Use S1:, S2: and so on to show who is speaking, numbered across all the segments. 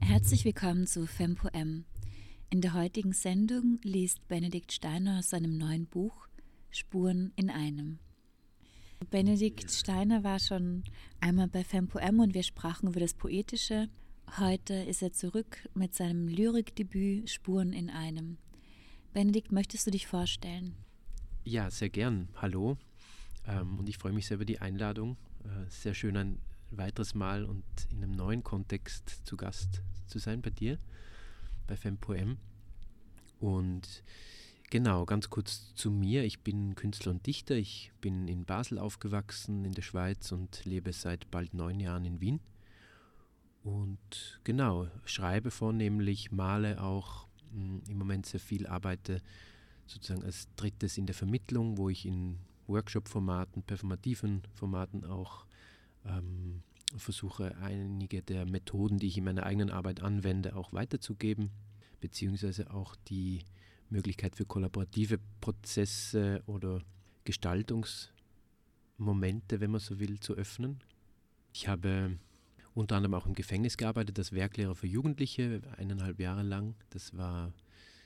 S1: Herzlich willkommen zu FemPoem. In der heutigen Sendung liest Benedikt Steiner aus seinem neuen Buch Spuren in einem. Benedikt Steiner war schon einmal bei FemPoem und wir sprachen über das Poetische. Heute ist er zurück mit seinem Lyrikdebüt Spuren in einem. Benedikt, möchtest du dich vorstellen?
S2: Ja, sehr gern. Hallo. Ähm, und ich freue mich sehr über die Einladung. Äh, sehr schön, ein weiteres Mal und in einem neuen Kontext zu Gast zu sein bei dir, bei Fempoem. Und genau, ganz kurz zu mir. Ich bin Künstler und Dichter. Ich bin in Basel aufgewachsen, in der Schweiz und lebe seit bald neun Jahren in Wien. Und genau, schreibe vornehmlich, male auch mh, im Moment sehr viel, arbeite sozusagen als drittes in der Vermittlung, wo ich in Workshop-Formaten, performativen Formaten auch ähm, versuche einige der Methoden, die ich in meiner eigenen Arbeit anwende, auch weiterzugeben, beziehungsweise auch die Möglichkeit für kollaborative Prozesse oder Gestaltungsmomente, wenn man so will, zu öffnen. Ich habe unter anderem auch im Gefängnis gearbeitet, als Werklehrer für Jugendliche, eineinhalb Jahre lang. Das war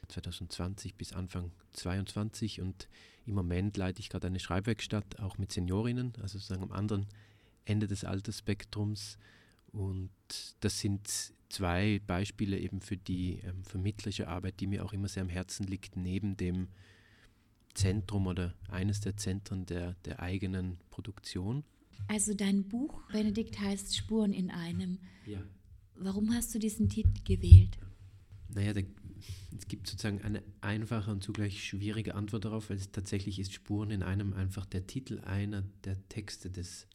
S2: 2020 bis Anfang 22 und im Moment leite ich gerade eine Schreibwerkstatt auch mit Seniorinnen, also sozusagen am anderen Ende des Altersspektrums. Und das sind zwei Beispiele eben für die ähm, vermittlerische Arbeit, die mir auch immer sehr am Herzen liegt, neben dem Zentrum oder eines der Zentren der, der eigenen Produktion.
S1: Also dein Buch, Benedikt, heißt Spuren in einem.
S2: Ja.
S1: Warum hast du diesen Titel gewählt?
S2: Naja, da, es gibt sozusagen eine einfache und zugleich schwierige Antwort darauf, weil es tatsächlich ist Spuren in einem einfach der Titel einer der Texte des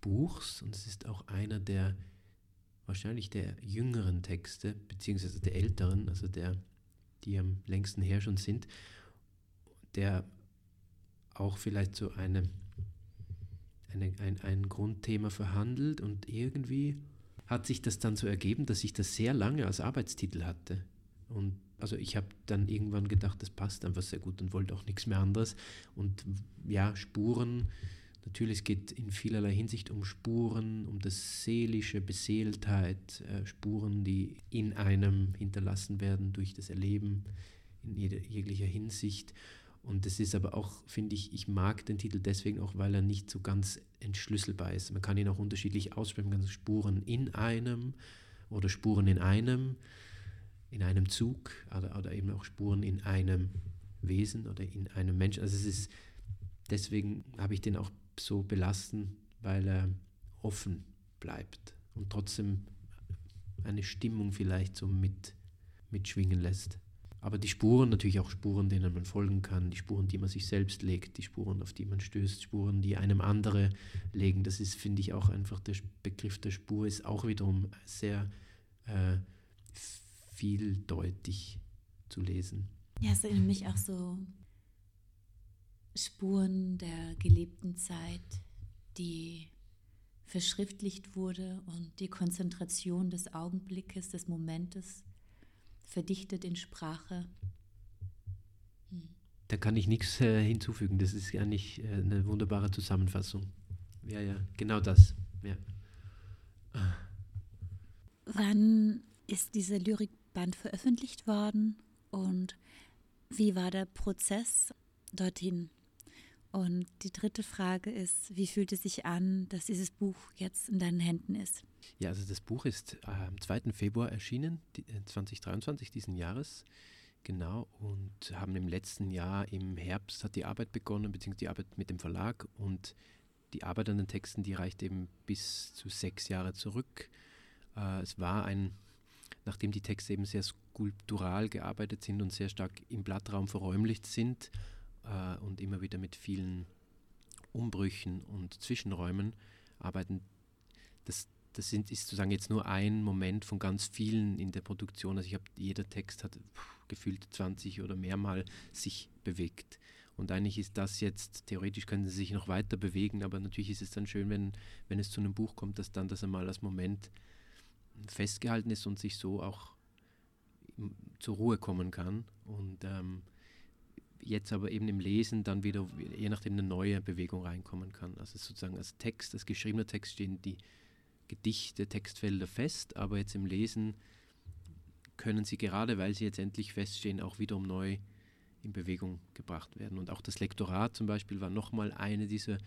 S2: Buchs und es ist auch einer der wahrscheinlich der jüngeren Texte, beziehungsweise der älteren, also der, die am längsten her schon sind, der auch vielleicht so eine, eine ein, ein Grundthema verhandelt und irgendwie hat sich das dann so ergeben, dass ich das sehr lange als Arbeitstitel hatte. Und also ich habe dann irgendwann gedacht, das passt einfach sehr gut und wollte auch nichts mehr anderes. Und ja, Spuren. Natürlich, es geht in vielerlei Hinsicht um Spuren, um das seelische Beseeltheit, äh, Spuren, die in einem hinterlassen werden durch das Erleben in jeder, jeglicher Hinsicht. Und das ist aber auch, finde ich, ich mag den Titel deswegen auch, weil er nicht so ganz entschlüsselbar ist. Man kann ihn auch unterschiedlich aussprechen, man kann Spuren in einem oder Spuren in einem, in einem Zug oder, oder eben auch Spuren in einem Wesen oder in einem Menschen. Also es ist, deswegen habe ich den auch so belassen, weil er offen bleibt und trotzdem eine Stimmung vielleicht so mit, mitschwingen lässt. Aber die Spuren, natürlich auch Spuren, denen man folgen kann, die Spuren, die man sich selbst legt, die Spuren, auf die man stößt, Spuren, die einem andere legen, das ist, finde ich, auch einfach der Begriff der Spur ist auch wiederum sehr äh, vieldeutig zu lesen.
S1: Ja, es erinnert mich auch so Spuren der gelebten Zeit, die verschriftlicht wurde und die Konzentration des Augenblickes, des Momentes verdichtet in Sprache.
S2: Hm. Da kann ich nichts äh, hinzufügen. Das ist eigentlich äh, eine wunderbare Zusammenfassung. Ja, ja, genau das. Ja.
S1: Ah. Wann ist dieser Lyrikband veröffentlicht worden und wie war der Prozess dorthin? Und die dritte Frage ist, wie fühlt es sich an, dass dieses Buch jetzt in deinen Händen ist?
S2: Ja, also das Buch ist am 2. Februar erschienen, 2023 diesen Jahres. Genau, und haben im letzten Jahr im Herbst hat die Arbeit begonnen, beziehungsweise die Arbeit mit dem Verlag und die Arbeit an den Texten, die reicht eben bis zu sechs Jahre zurück. Äh, es war ein, nachdem die Texte eben sehr skulptural gearbeitet sind und sehr stark im Blattraum verräumlicht sind, äh, und immer wieder mit vielen Umbrüchen und Zwischenräumen arbeiten. Das, das sind, ist sozusagen jetzt nur ein Moment von ganz vielen in der Produktion. Also ich habe, jeder Text hat pff, gefühlt 20 oder mehrmal sich bewegt. Und eigentlich ist das jetzt, theoretisch können sie sich noch weiter bewegen, aber natürlich ist es dann schön, wenn, wenn es zu einem Buch kommt, dass dann das einmal als Moment festgehalten ist und sich so auch zur Ruhe kommen kann. Und ähm, jetzt aber eben im Lesen dann wieder, je nachdem, eine neue Bewegung reinkommen kann. Also sozusagen als Text, als geschriebener Text stehen die Gedichte, Textfelder fest, aber jetzt im Lesen können sie gerade, weil sie jetzt endlich feststehen, auch wiederum neu in Bewegung gebracht werden. Und auch das Lektorat zum Beispiel war nochmal eine dieser,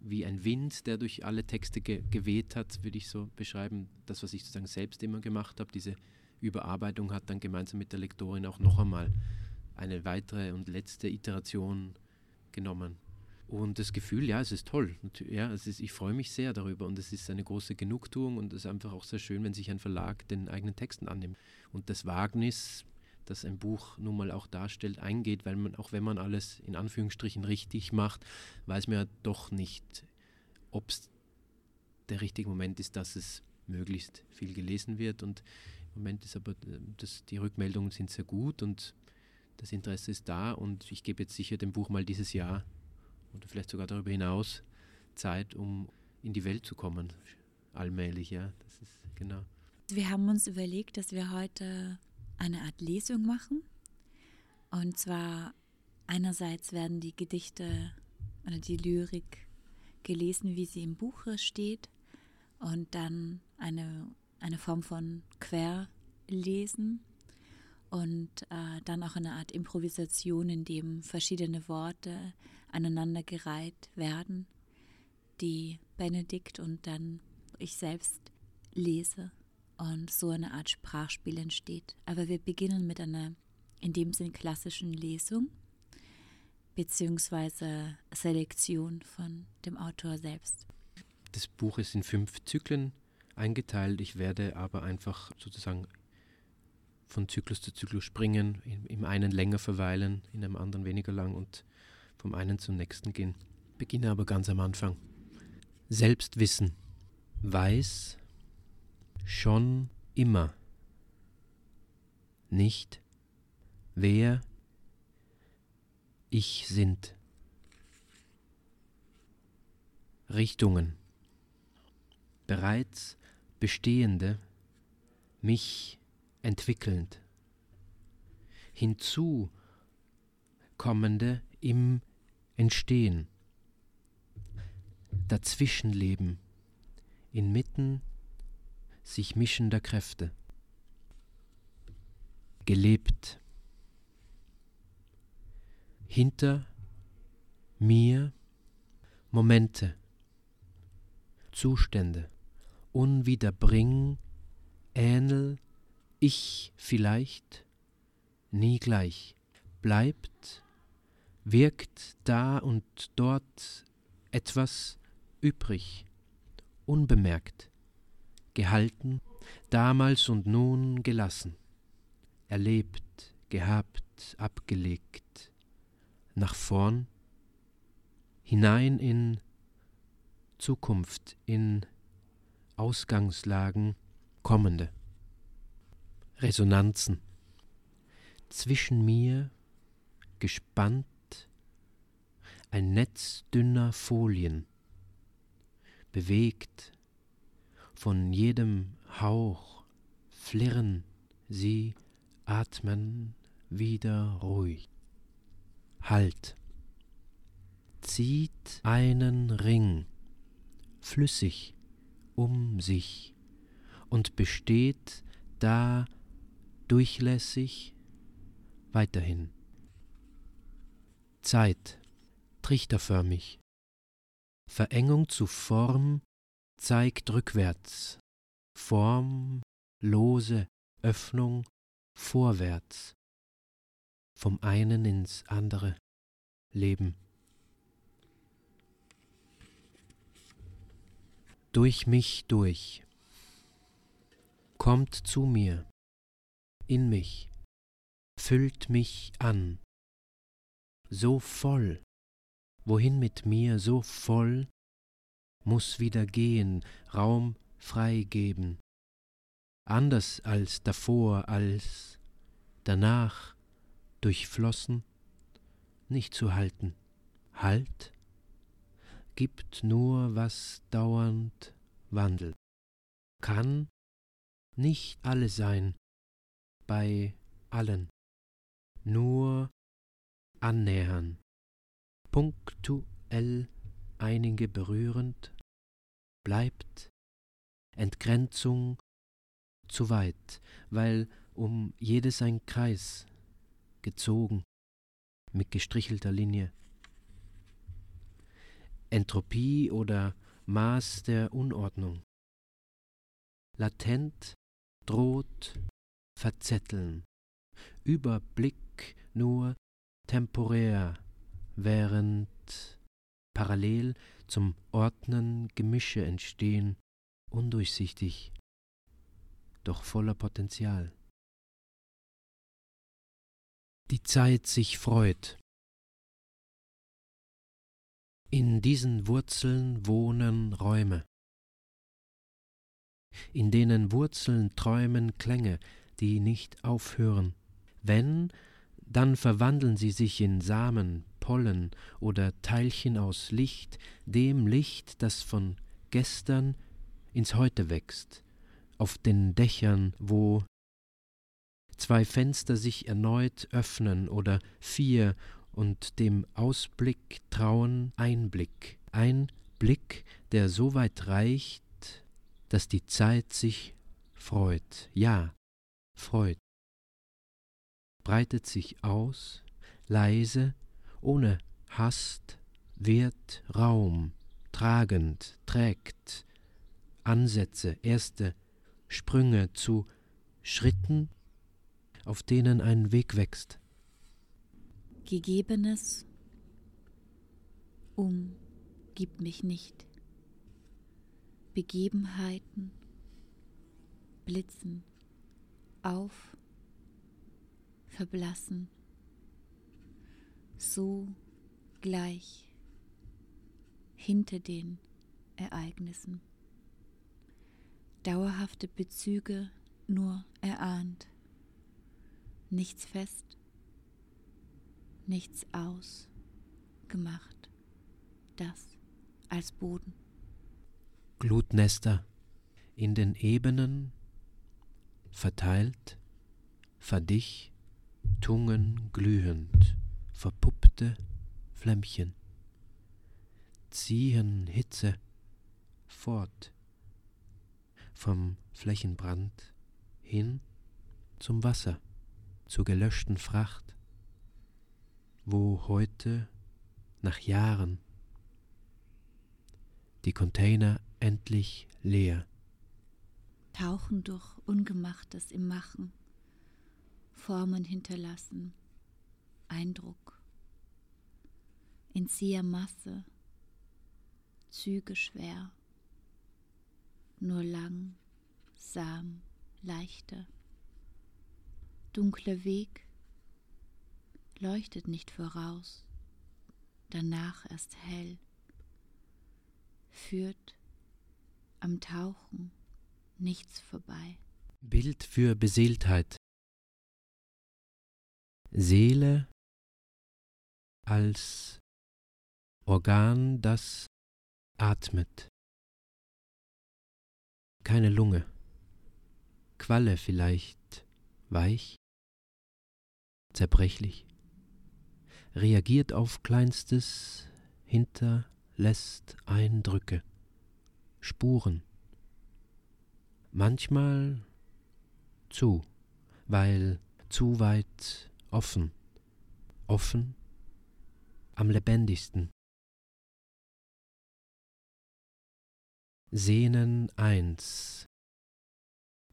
S2: wie ein Wind, der durch alle Texte ge geweht hat, würde ich so beschreiben. Das, was ich sozusagen selbst immer gemacht habe, diese Überarbeitung hat dann gemeinsam mit der Lektorin auch noch einmal eine weitere und letzte Iteration genommen. Und das Gefühl, ja, es ist toll. Ja, es ist, ich freue mich sehr darüber und es ist eine große Genugtuung und es ist einfach auch sehr schön, wenn sich ein Verlag den eigenen Texten annimmt. Und das Wagnis, das ein Buch nun mal auch darstellt, eingeht, weil man, auch wenn man alles in Anführungsstrichen richtig macht, weiß man ja doch nicht, ob es der richtige Moment ist, dass es möglichst viel gelesen wird. Und im Moment ist aber, äh, das, die Rückmeldungen sind sehr gut und das Interesse ist da und ich gebe jetzt sicher dem Buch mal dieses Jahr oder vielleicht sogar darüber hinaus Zeit, um in die Welt zu kommen. Allmählich, ja. Das ist genau.
S1: Wir haben uns überlegt, dass wir heute eine Art Lesung machen. Und zwar einerseits werden die Gedichte oder die Lyrik gelesen, wie sie im Buche steht, und dann eine, eine Form von Querlesen und äh, dann auch eine Art Improvisation, in dem verschiedene Worte aneinandergereiht werden, die Benedikt und dann ich selbst lese und so eine Art Sprachspiel entsteht. Aber wir beginnen mit einer in dem Sinn klassischen Lesung beziehungsweise Selektion von dem Autor selbst.
S2: Das Buch ist in fünf Zyklen eingeteilt. Ich werde aber einfach sozusagen von Zyklus zu Zyklus springen, im einen länger verweilen, in einem anderen weniger lang und vom einen zum nächsten gehen. Beginne aber ganz am Anfang. Selbstwissen. Weiß schon immer nicht, wer ich sind. Richtungen. Bereits bestehende, mich entwickelnd. Hinzu kommende im Entstehen. Dazwischenleben. Inmitten sich mischender Kräfte. Gelebt. Hinter mir Momente. Zustände. Unwiederbring. Ähnel ich vielleicht nie gleich. Bleibt, wirkt da und dort etwas übrig, unbemerkt, gehalten, damals und nun gelassen, erlebt, gehabt, abgelegt, nach vorn, hinein in Zukunft, in Ausgangslagen, kommende. Resonanzen. Zwischen mir, gespannt, ein Netz dünner Folien, bewegt von jedem Hauch, flirren sie, atmen wieder ruhig. Halt. Zieht einen Ring, flüssig, um sich und besteht da durchlässig weiterhin. Zeit, trichterförmig. Verengung zu Form zeigt rückwärts, Form, lose Öffnung vorwärts, vom einen ins andere Leben. Durch mich durch, kommt zu mir in mich, füllt mich an. So voll, wohin mit mir so voll, muss wieder gehen, Raum freigeben. Anders als davor, als danach, durchflossen, nicht zu halten. Halt, gibt nur, was dauernd wandelt. Kann nicht alle sein, bei allen. Nur annähern. Punktuell einige berührend bleibt Entgrenzung zu weit, weil um jedes ein Kreis, gezogen, mit gestrichelter Linie. Entropie oder Maß der Unordnung. Latent droht Verzetteln. Überblick nur temporär, während parallel zum Ordnen Gemische entstehen, undurchsichtig, doch voller Potenzial. Die Zeit sich freut. In diesen Wurzeln wohnen Räume, in denen Wurzeln träumen Klänge, die nicht aufhören. Wenn, dann verwandeln sie sich in Samen, Pollen oder Teilchen aus Licht, dem Licht, das von gestern ins Heute wächst, auf den Dächern, wo zwei Fenster sich erneut öffnen oder vier und dem Ausblick trauen Einblick, ein Blick, der so weit reicht, dass die Zeit sich freut, ja, freut, breitet sich aus, leise, ohne Hast, wird Raum, tragend, trägt Ansätze, erste Sprünge zu Schritten, auf denen ein Weg wächst.
S1: Gegebenes umgibt mich nicht. Begebenheiten blitzen auf, verblassen, so gleich hinter den Ereignissen. Dauerhafte Bezüge nur erahnt, nichts fest, nichts ausgemacht, das als Boden.
S2: Glutnester in den Ebenen verteilt, verdich, Tungen glühend, verpuppte Flämmchen, ziehen Hitze fort vom Flächenbrand hin zum Wasser, zur gelöschten Fracht, wo heute nach Jahren die Container endlich leer.
S1: Tauchen durch Ungemachtes im Machen, Formen hinterlassen, Eindruck. In zäher Masse, Züge schwer, nur lang, sam, leichter. Dunkler Weg leuchtet nicht voraus, danach erst hell, führt am Tauchen nichts vorbei.
S2: Bild für Beseeltheit. Seele als Organ, das atmet. Keine Lunge. Qualle vielleicht weich, zerbrechlich. Reagiert auf Kleinstes, hinterlässt Eindrücke. Spuren. Manchmal zu, weil zu weit offen. Offen am lebendigsten. Sehnen eins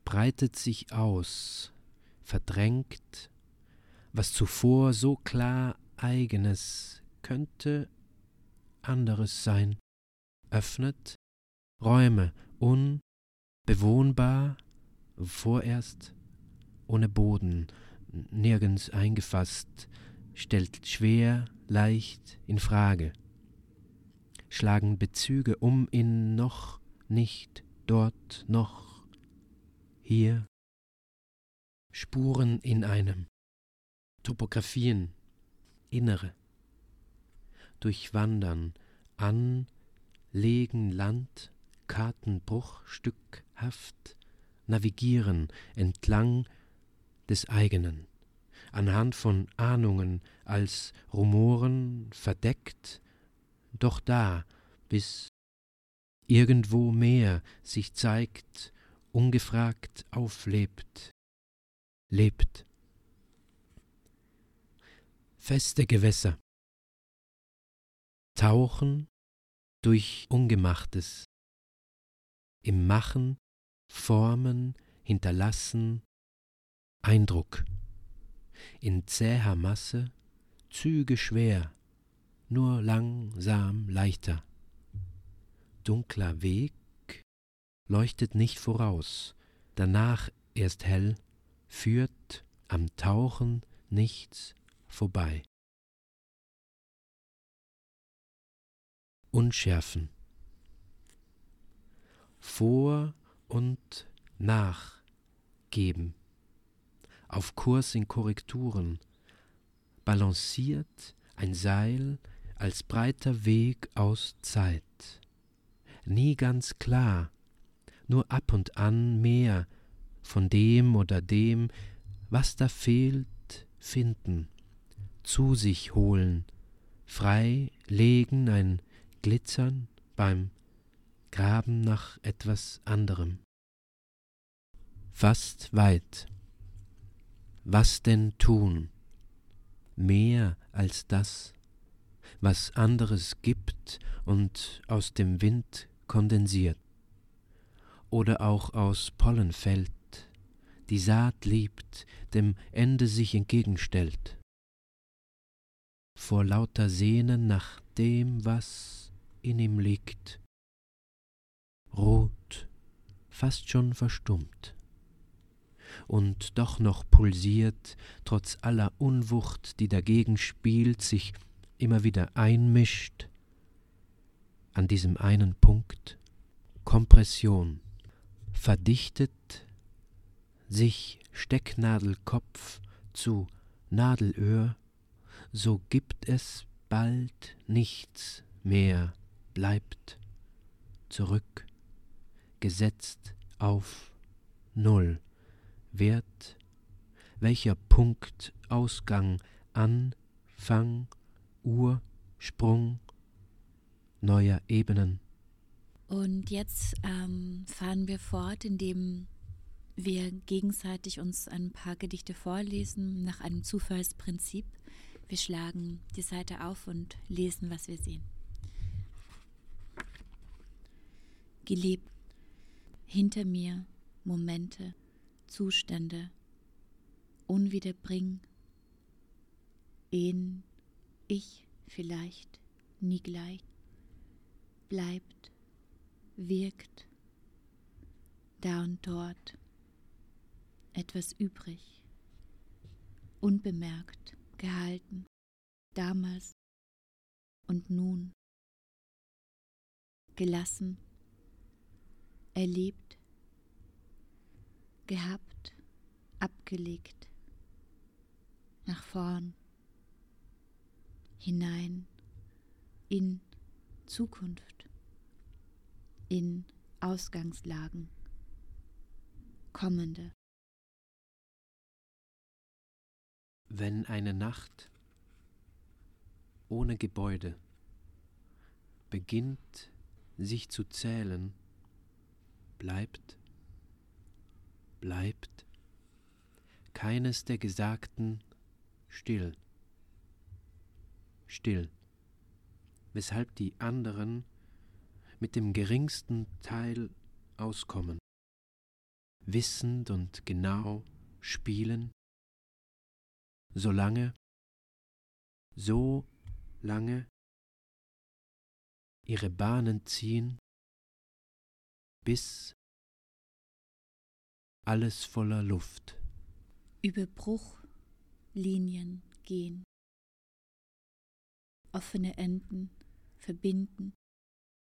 S2: breitet sich aus, verdrängt, was zuvor so klar eigenes könnte anderes sein, öffnet Räume unbewohnbar, vorerst ohne Boden, nirgends eingefasst, stellt schwer, leicht in Frage, schlagen Bezüge um in noch nicht dort noch hier, Spuren in einem, Topografien, innere, durchwandern, an, legen Land, Kartenbruch stückhaft navigieren entlang des eigenen, anhand von Ahnungen als Rumoren verdeckt, doch da, bis irgendwo mehr sich zeigt, ungefragt auflebt, lebt. Feste Gewässer. Tauchen durch Ungemachtes. Im Machen, Formen, Hinterlassen, Eindruck. In zäher Masse, Züge schwer, nur langsam leichter. Dunkler Weg leuchtet nicht voraus, danach erst hell, führt am Tauchen nichts vorbei. Unschärfen. Vor und nach geben. Auf Kurs in Korrekturen. Balanciert ein Seil als breiter Weg aus Zeit. Nie ganz klar, nur ab und an mehr von dem oder dem, was da fehlt, finden, zu sich holen, frei legen ein Glitzern beim Graben nach etwas anderem. Fast weit. Was denn tun? Mehr als das, was anderes gibt und aus dem Wind kondensiert oder auch aus Pollen fällt, die Saat liebt, dem Ende sich entgegenstellt. Vor lauter Sehnen nach dem, was in ihm liegt, ruht, fast schon verstummt, und doch noch pulsiert, trotz aller Unwucht, die dagegen spielt, sich immer wieder einmischt, an diesem einen Punkt Kompression verdichtet sich Stecknadelkopf zu Nadelöhr, so gibt es bald nichts mehr, bleibt zurück, gesetzt auf Null, Wert, welcher Punkt, Ausgang, Anfang, Ursprung neuer Ebenen.
S1: Und jetzt ähm, fahren wir fort, indem wir gegenseitig uns ein paar Gedichte vorlesen nach einem Zufallsprinzip. Wir schlagen die Seite auf und lesen, was wir sehen. Gelebt. Hinter mir Momente, Zustände, unwiederbring, ehen ich vielleicht nie gleich bleibt wirkt da und dort etwas übrig, unbemerkt gehalten, damals und nun, gelassen, erlebt, gehabt, abgelegt, nach vorn, hinein, in Zukunft in Ausgangslagen. Kommende.
S2: Wenn eine Nacht ohne Gebäude beginnt sich zu zählen, bleibt, bleibt keines der Gesagten still, still, weshalb die anderen mit dem geringsten Teil auskommen. Wissend und genau spielen, solange, so lange ihre Bahnen ziehen, bis alles voller Luft.
S1: Über Bruchlinien gehen. Offene Enden verbinden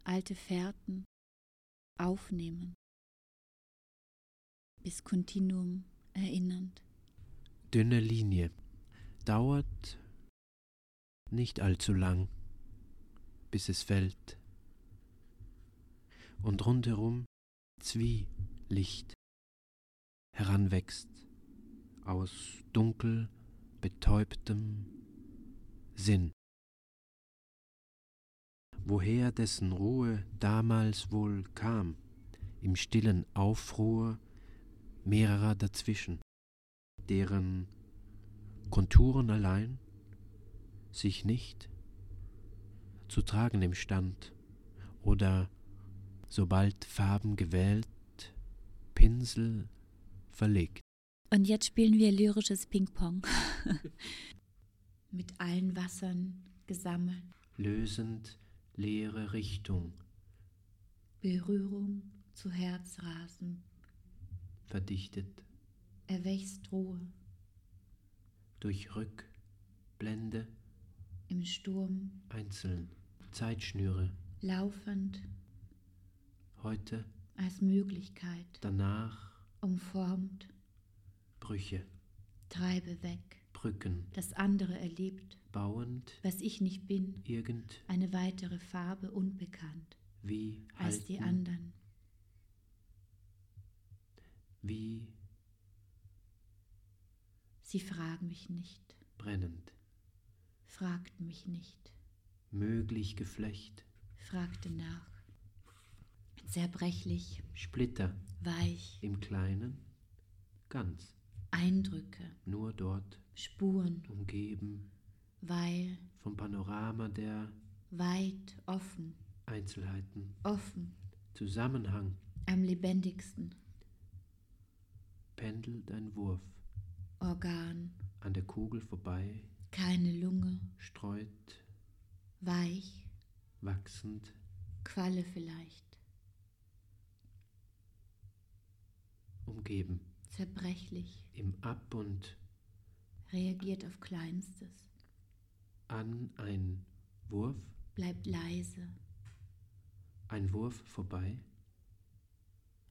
S1: alte Fährten aufnehmen, bis Kontinuum erinnernd.
S2: Dünne Linie dauert nicht allzu lang, bis es fällt. Und rundherum Zwielicht heranwächst aus dunkel betäubtem Sinn woher dessen Ruhe damals wohl kam, im stillen Aufruhr mehrerer dazwischen, deren Konturen allein sich nicht zu tragen imstand oder sobald Farben gewählt, Pinsel verlegt.
S1: Und jetzt spielen wir lyrisches Ping-Pong. Mit allen Wassern gesammelt.
S2: Lösend leere Richtung,
S1: Berührung zu Herzrasen.
S2: verdichtet
S1: Erwächst Ruhe
S2: durch Rückblende
S1: im Sturm.
S2: einzeln. Zeitschnüre,
S1: Laufend
S2: heute,
S1: als Möglichkeit.
S2: danach,
S1: Umformt.
S2: Brüche,
S1: Treibe weg.
S2: Brücken,
S1: Das andere erlebt,
S2: bauend,
S1: was ich nicht bin.
S2: irgend,
S1: Eine weitere Farbe unbekannt
S2: wie,
S1: als die
S2: halten,
S1: anderen.
S2: wie,
S1: Sie fragen mich nicht.
S2: brennend,
S1: Fragt mich nicht.
S2: möglich Geflecht,
S1: Fragte nach. Zerbrechlich,
S2: Splitter
S1: weich.
S2: im Kleinen, ganz,
S1: Eindrücke,
S2: nur dort,
S1: Spuren,
S2: umgeben
S1: weil,
S2: vom Panorama der
S1: weit, offen,
S2: Einzelheiten,
S1: offen,
S2: Zusammenhang,
S1: am lebendigsten,
S2: pendelt ein Wurf,
S1: Organ,
S2: an der Kugel vorbei,
S1: keine Lunge,
S2: streut,
S1: weich,
S2: wachsend,
S1: Qualle vielleicht,
S2: umgeben,
S1: zerbrechlich,
S2: im Ab und
S1: reagiert auf Kleinstes,
S2: an ein Wurf,
S1: bleibt leise,
S2: ein Wurf vorbei,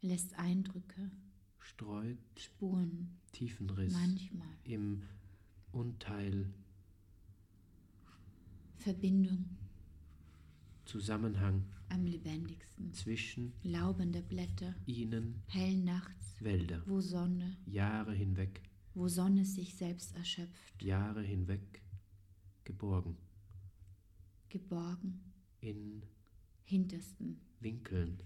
S1: lässt Eindrücke,
S2: streut
S1: Spuren,
S2: Tiefenriss
S1: manchmal,
S2: im Unteil,
S1: Verbindung,
S2: Zusammenhang
S1: am lebendigsten,
S2: zwischen
S1: laubende Blätter,
S2: ihnen,
S1: hell nachts,
S2: Wälder,
S1: wo Sonne,
S2: Jahre hinweg,
S1: wo Sonne sich selbst erschöpft,
S2: Jahre hinweg, geborgen,
S1: geborgen,
S2: in
S1: hintersten,
S2: Winkeln,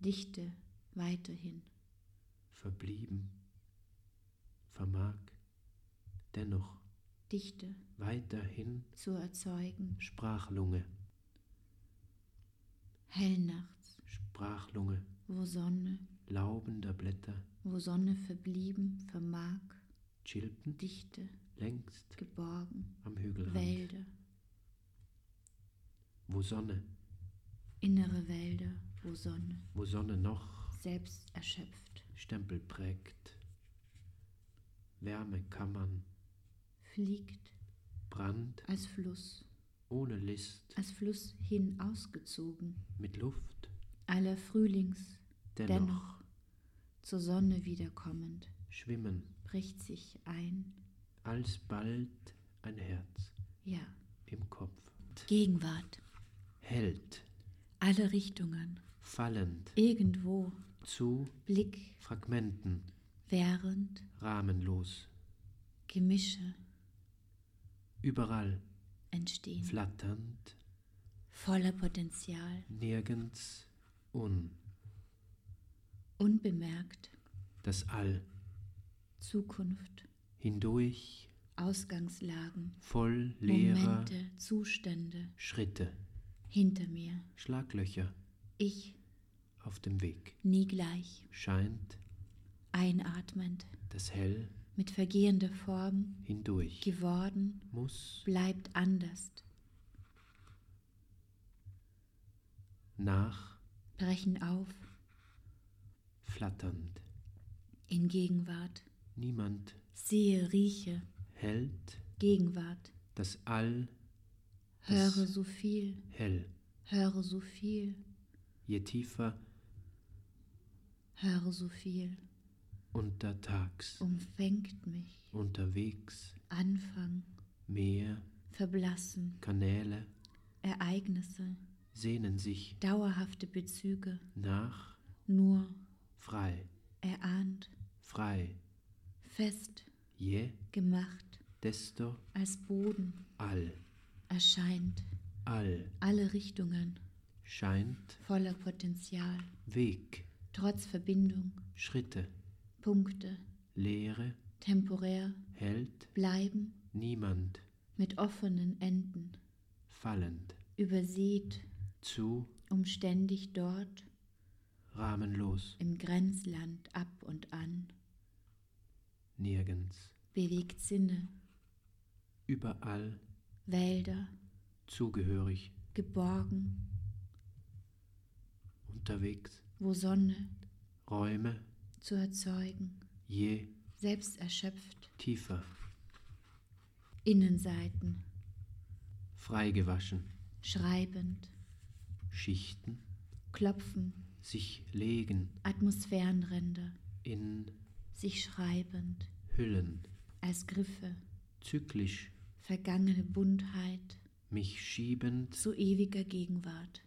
S1: Dichte weiterhin,
S2: verblieben, vermag, dennoch,
S1: Dichte
S2: weiterhin
S1: zu erzeugen,
S2: Sprachlunge,
S1: hellnachts,
S2: Sprachlunge,
S1: wo Sonne,
S2: laubender Blätter,
S1: wo Sonne verblieben, vermag,
S2: Chilpen,
S1: Dichte
S2: längst
S1: geborgen,
S2: am Hügelrand,
S1: Wälder,
S2: wo Sonne,
S1: innere Wälder, wo Sonne,
S2: wo Sonne noch
S1: selbst erschöpft,
S2: Stempel prägt, Wärmekammern,
S1: fliegt
S2: Brand,
S1: als Fluss,
S2: ohne List,
S1: als Fluss hin ausgezogen,
S2: mit Luft,
S1: aller Frühlings,
S2: dennoch,
S1: dennoch, zur Sonne wiederkommend,
S2: schwimmen,
S1: bricht sich ein,
S2: alsbald ein Herz
S1: ja,
S2: im Kopf,
S1: Gegenwart,
S2: hält,
S1: alle Richtungen,
S2: fallend,
S1: irgendwo,
S2: zu
S1: Blick,
S2: Fragmenten,
S1: während,
S2: rahmenlos,
S1: Gemische
S2: überall,
S1: entstehen,
S2: flatternd,
S1: voller Potenzial,
S2: nirgends, un,
S1: unbemerkt,
S2: das All,
S1: Zukunft,
S2: hindurch,
S1: Ausgangslagen,
S2: voll leerer
S1: Momente, Zustände,
S2: Schritte,
S1: hinter mir,
S2: Schlaglöcher
S1: ich,
S2: auf dem Weg,
S1: nie gleich,
S2: scheint
S1: einatmend,
S2: das Hell
S1: mit vergehender Form,
S2: hindurch,
S1: geworden,
S2: muss
S1: bleibt anders,
S2: nach,
S1: brechen auf,
S2: flatternd,
S1: in Gegenwart,
S2: niemand
S1: sehe, rieche,
S2: hält
S1: Gegenwart,
S2: das All Das-
S1: höre so viel,
S2: hell,
S1: höre so viel,
S2: je tiefer
S1: höre so viel,
S2: untertags,
S1: umfängt mich,
S2: unterwegs,
S1: Anfang,
S2: Meer,
S1: Verblassen,
S2: Kanäle
S1: Ereignisse,
S2: sehnen sich
S1: dauerhafte Bezüge,
S2: nach,
S1: nur
S2: frei,
S1: erahnt,
S2: frei,
S1: fest
S2: je,
S1: gemacht,
S2: desto
S1: als Boden
S2: all,
S1: erscheint,
S2: all,
S1: alle Richtungen
S2: scheint,
S1: voller Potenzial,
S2: Weg,
S1: trotz Verbindung,
S2: Schritte,
S1: Punkte,
S2: Leere
S1: temporär,
S2: hält
S1: bleiben,
S2: niemand
S1: mit offenen Enden,
S2: fallend,
S1: übersät,
S2: zu
S1: umständig dort,
S2: rahmenlos,
S1: im Grenzland ab und an,
S2: nirgends,
S1: bewegt Sinne,
S2: überall
S1: Wälder,
S2: zugehörig,
S1: geborgen,
S2: unterwegs,
S1: wo Sonne
S2: Räume
S1: zu erzeugen,
S2: je
S1: selbst erschöpft,
S2: tiefer,
S1: Innenseiten,
S2: freigewaschen,
S1: schreibend,
S2: Schichten,
S1: klopfen,
S2: sich legen,
S1: Atmosphärenränder,
S2: in
S1: sich schreibend,
S2: Hüllen,
S1: als Griffe,
S2: zyklisch,
S1: vergangene Buntheit
S2: mich schiebend,
S1: zu ewiger Gegenwart.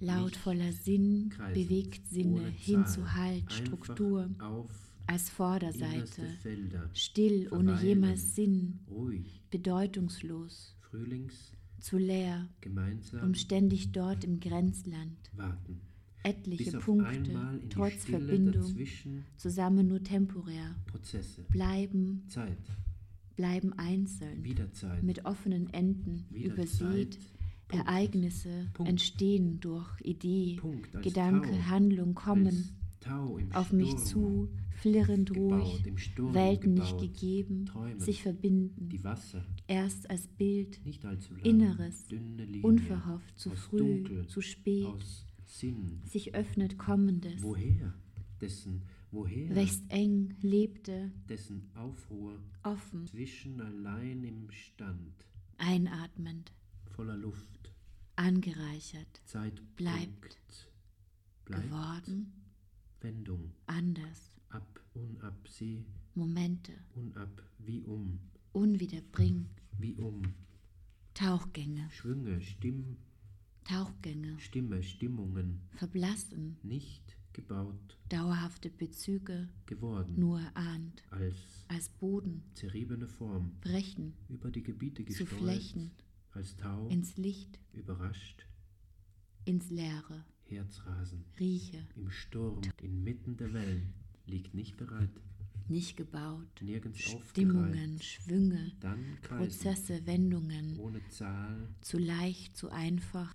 S1: Laut
S2: Nicht
S1: voller Sinn
S2: kreisend,
S1: bewegt Sinne
S2: ohne
S1: hin
S2: Zahl,
S1: zu Halt,
S2: einfach
S1: Struktur,
S2: auf
S1: als
S2: innerste
S1: Vorderseite,
S2: Felder,
S1: still ohne
S2: verweilen.
S1: jemals Sinn,
S2: ruhig,
S1: bedeutungslos,
S2: Frühlings,
S1: zu leer,
S2: gemeinsam
S1: um ständig dort im Grenzland.
S2: warten. Bis
S1: Etliche
S2: auf
S1: Punkte,
S2: einmal in die
S1: trotz
S2: Stille
S1: Verbindung,
S2: dazwischen
S1: zusammen nur temporär,
S2: Prozesse,
S1: bleiben,
S2: Zeit,
S1: bleiben einzeln,
S2: wieder Zeit,
S1: mit offenen Enden,
S2: wieder
S1: übersät,
S2: Zeit, Punkt.
S1: Ereignisse
S2: Punkt.
S1: entstehen durch Idee,
S2: Punkt, als
S1: Gedanke,
S2: Tau,
S1: Handlung kommen
S2: als Tau im
S1: auf mich
S2: Sturm,
S1: zu, flirrend ruhig,
S2: gebaut, im Sturm
S1: Welten
S2: gebaut,
S1: nicht gegeben,
S2: träumen,
S1: sich verbinden,
S2: die Wasser,
S1: erst als Bild,
S2: nicht allzu lang,
S1: Inneres,
S2: dünne Linie,
S1: unverhofft, zu
S2: aus
S1: früh,
S2: Dunkel,
S1: zu spät,
S2: aus Sinn,
S1: sich öffnet Kommendes,
S2: woher, dessen, woher,
S1: wächst eng, lebte,
S2: dessen Aufruhr,
S1: offen,
S2: zwischen allein im Stand,
S1: einatmend,
S2: voller Luft,
S1: angereichert,
S2: Zeitpunkt,
S1: Bleibt.
S2: bleibt,
S1: geworden,
S2: Wendung,
S1: anders,
S2: ab, unab, sie,
S1: Momente,
S2: unab, wie um,
S1: unwiederbring,
S2: wie um,
S1: Tauchgänge,
S2: Schwünge, Stimm,
S1: Tauchgänge,
S2: Stimme, Stimmungen,
S1: verblassen,
S2: nicht gebaut,
S1: dauerhafte Bezüge,
S2: geworden,
S1: nur ahnt,
S2: als
S1: als Boden,
S2: zerriebene Form,
S1: brechen,
S2: über die Gebiete
S1: zu
S2: gesteuert,
S1: Flächen,
S2: als Tau,
S1: ins Licht,
S2: überrascht,
S1: ins Leere,
S2: Herzrasen,
S1: rieche,
S2: im Sturm, inmitten der Wellen, liegt nicht bereit,
S1: nicht gebaut,
S2: nirgends
S1: Stimmungen,
S2: aufgereiht,
S1: Schwünge,
S2: dann kreisen,
S1: Prozesse, Wendungen,
S2: ohne Zahl,
S1: zu leicht, zu einfach,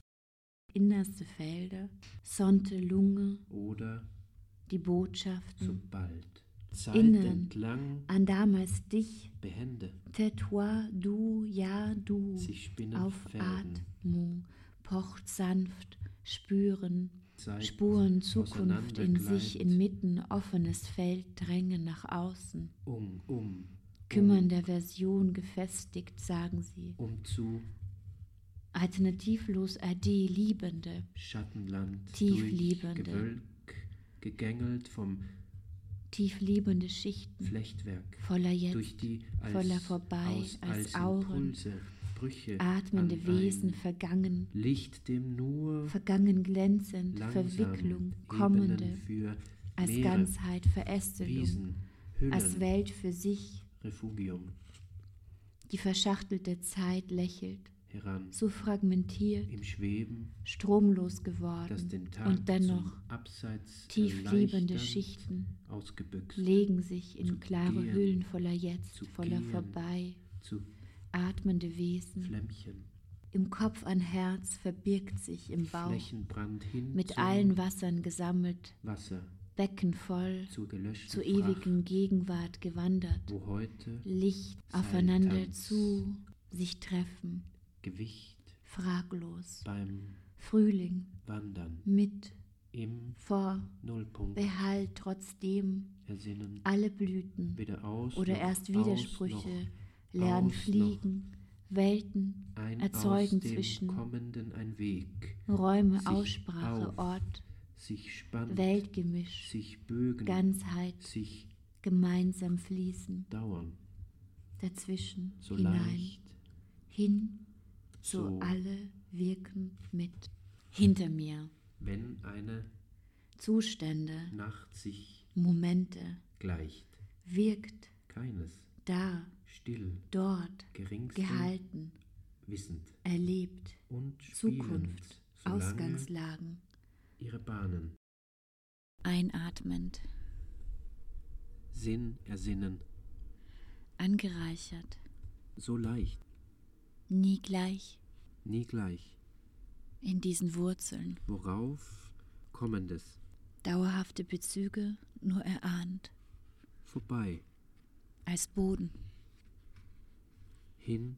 S1: innerste Felder, Sonte, Lunge,
S2: oder
S1: die
S2: Hm.
S1: Botschaften,
S2: sobald. Zeit
S1: Hm. Innen.
S2: entlang,
S1: an damals dich,
S2: behende,
S1: Tais-toi, du, ja, du,
S2: sich spinnen, Fäden,
S1: Aufatmung, pocht sanft, spüren,
S2: Zeit,
S1: Spuren Zukunft in sich
S2: auseinandergleitet,
S1: inmitten offenes Feld drängen nach außen.
S2: um, um,
S1: Kümmern der Version gefestigt, sagen sie.
S2: um, um zu
S1: Alternativlos AD Liebende,
S2: Schattenland,
S1: Tiefliebende.
S2: durch Gewölk, gegängelt vom
S1: tiefliebende Schichten,
S2: Flechtwerk,
S1: voller
S2: durch
S1: Hm. Jetzt,
S2: die als,
S1: voller vorbei,
S2: aus,
S1: als
S2: als,
S1: Auren,
S2: Impulse, Brüche, an
S1: atmende Wesen,
S2: ein
S1: vergangen,
S2: Licht, dem nur
S1: vergangen glänzend,
S2: langsam
S1: Verwicklung,
S2: Ebenen
S1: kommende,
S2: für
S1: als
S2: Meere,
S1: Ganzheit, Verästelung,
S2: Wiesen, Hüllen,
S1: als Welt für sich,
S2: Refugium,
S1: die verschachtelte Zeit lächelt,
S2: heran,
S1: so fragmentiert,
S2: im Schweben,
S1: stromlos
S2: das
S1: geworden
S2: den Tag
S1: und dennoch
S2: zum Abseits
S1: tiefliebende
S2: erleichternd
S1: Schichten
S2: ausgebüxt,
S1: legen sich in
S2: Zu
S1: klare
S2: gehen,
S1: Hüllen voller Jetzt,
S2: zu
S1: voller
S2: gehen,
S1: Vorbei,
S2: zu
S1: atmende Wesen.
S2: Flämmchen,
S1: Im Kopf ein Herz verbirgt sich im Bauch,
S2: Flächenbrand hin
S1: mit
S2: zum
S1: allen Wassern gesammelt,
S2: Wasser,
S1: Becken voll,
S2: zur gelöschten
S1: zur
S2: Fracht,
S1: ewigen Gegenwart gewandert,
S2: wo heute
S1: Licht aufeinander
S2: Seiltanz.
S1: zu, sich treffen,
S2: Gewicht
S1: fraglos,
S2: beim
S1: Frühling,
S2: Wandern
S1: mit,
S2: im
S1: vor,
S2: Nullpunkt
S1: behalt trotzdem
S2: ersinnen,
S1: alle Blüten.
S2: weder aus
S1: oder
S2: noch
S1: erst
S2: aus
S1: Widersprüche, lernen
S2: aus noch.
S1: fliegen, Welten,
S2: noch ein
S1: erzeugen
S2: aus dem
S1: zwischen
S2: kommenden ein Weg,
S1: Räume,
S2: sich
S1: Aussprache,
S2: auf,
S1: Ort,
S2: sich spannt,
S1: Weltgemisch,
S2: sich bögen,
S1: Ganzheit,
S2: sich
S1: gemeinsam fließen,
S2: dauern,
S1: dazwischen,
S2: so
S1: hinein,
S2: leicht,
S1: hin, so
S2: so
S1: alle wirken mit. Hinter mir,
S2: wenn eine
S1: Zustände,
S2: Nacht sich
S1: Momente,
S2: gleicht,
S1: wirkt,
S2: keines,
S1: da,
S2: still,
S1: dort,
S2: geringsten,
S1: gehalten,
S2: wissend
S1: erlebt,
S2: und spielend,
S1: Zukunft,
S2: solange
S1: Ausgangslagen,
S2: ihre Bahnen
S3: Einatmend,
S2: Sinn ersinnen,
S1: angereichert,
S2: so leicht,
S1: nie gleich,
S2: nie gleich,
S1: in diesen Wurzeln,
S2: worauf kommendes,
S1: dauerhafte Bezüge nur erahnt,
S2: vorbei,
S1: als Boden,
S2: hin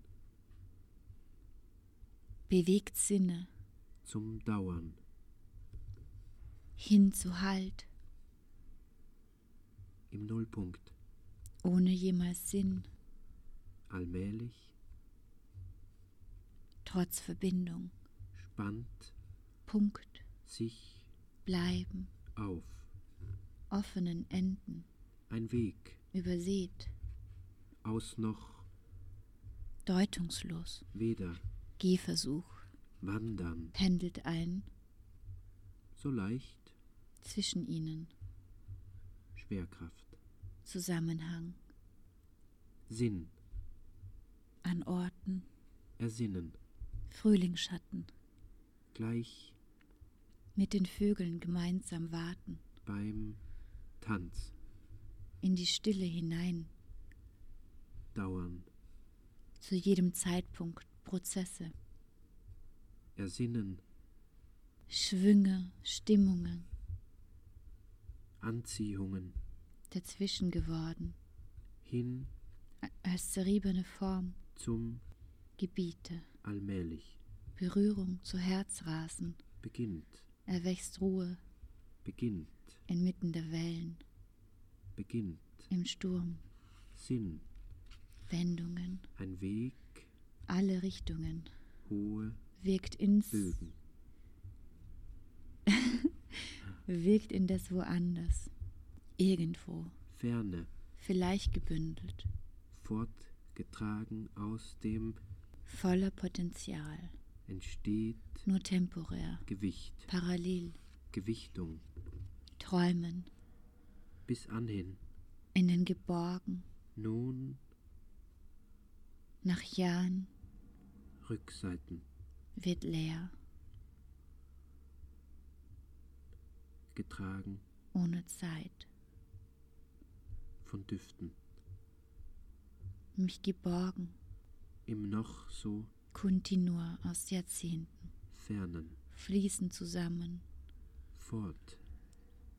S1: bewegt Sinne,
S2: zum Dauern,
S1: hin zu Halt,
S2: im Nullpunkt,
S1: ohne jemals Sinn,
S2: allmählich,
S1: trotz Verbindung,
S2: spannt
S1: Punkt,
S2: sich
S1: bleiben,
S2: auf,
S1: offenen Enden,
S2: ein Weg,
S1: übersät,
S2: aus noch,
S1: deutungslos,
S2: weder,
S1: Gehversuch,
S2: wandern,
S1: pendelt ein
S2: so leicht,
S1: zwischen ihnen,
S2: Schwerkraft,
S1: Zusammenhang,
S2: Sinn,
S1: an Orten,
S2: ersinnen,
S1: Frühlingsschatten,
S2: gleich
S1: mit den Vögeln gemeinsam warten,
S2: beim Tanz,
S1: in die Stille hinein,
S2: dauern,
S1: zu jedem Zeitpunkt Prozesse,
S2: ersinnen,
S1: Schwünge, Stimmungen,
S2: Anziehungen,
S1: dazwischen geworden,
S2: hin
S1: a- als zerriebene Form,
S2: zum
S1: Gebiete,
S2: allmählich,
S1: Berührung zu Herzrasen,
S2: beginnt,
S1: erwächst Ruhe
S2: beginnt,
S1: inmitten der Wellen,
S2: beginnt,
S1: im Sturm,
S2: Sinn,
S1: Wendungen,
S2: ein Weg,
S1: alle Richtungen,
S2: hohe
S1: wirkt ins,
S2: Bögen,
S1: wirkt in das Woanders, irgendwo,
S2: ferne,
S1: vielleicht gebündelt,
S2: fortgetragen aus dem
S1: voller Potenzial,
S2: entsteht
S1: nur temporär,
S2: Gewicht,
S1: parallel,
S2: Gewichtung,
S1: träumen,
S2: bis anhin,
S1: in den Geborgen,
S2: nun
S1: nach Jahren
S2: Rückseiten,
S1: wird leer,
S2: getragen
S1: ohne Zeit,
S2: von Düften,
S1: mich geborgen,
S2: im noch so
S1: kontinua aus Jahrzehnten,
S2: fernen,
S1: fließen zusammen,
S2: fort,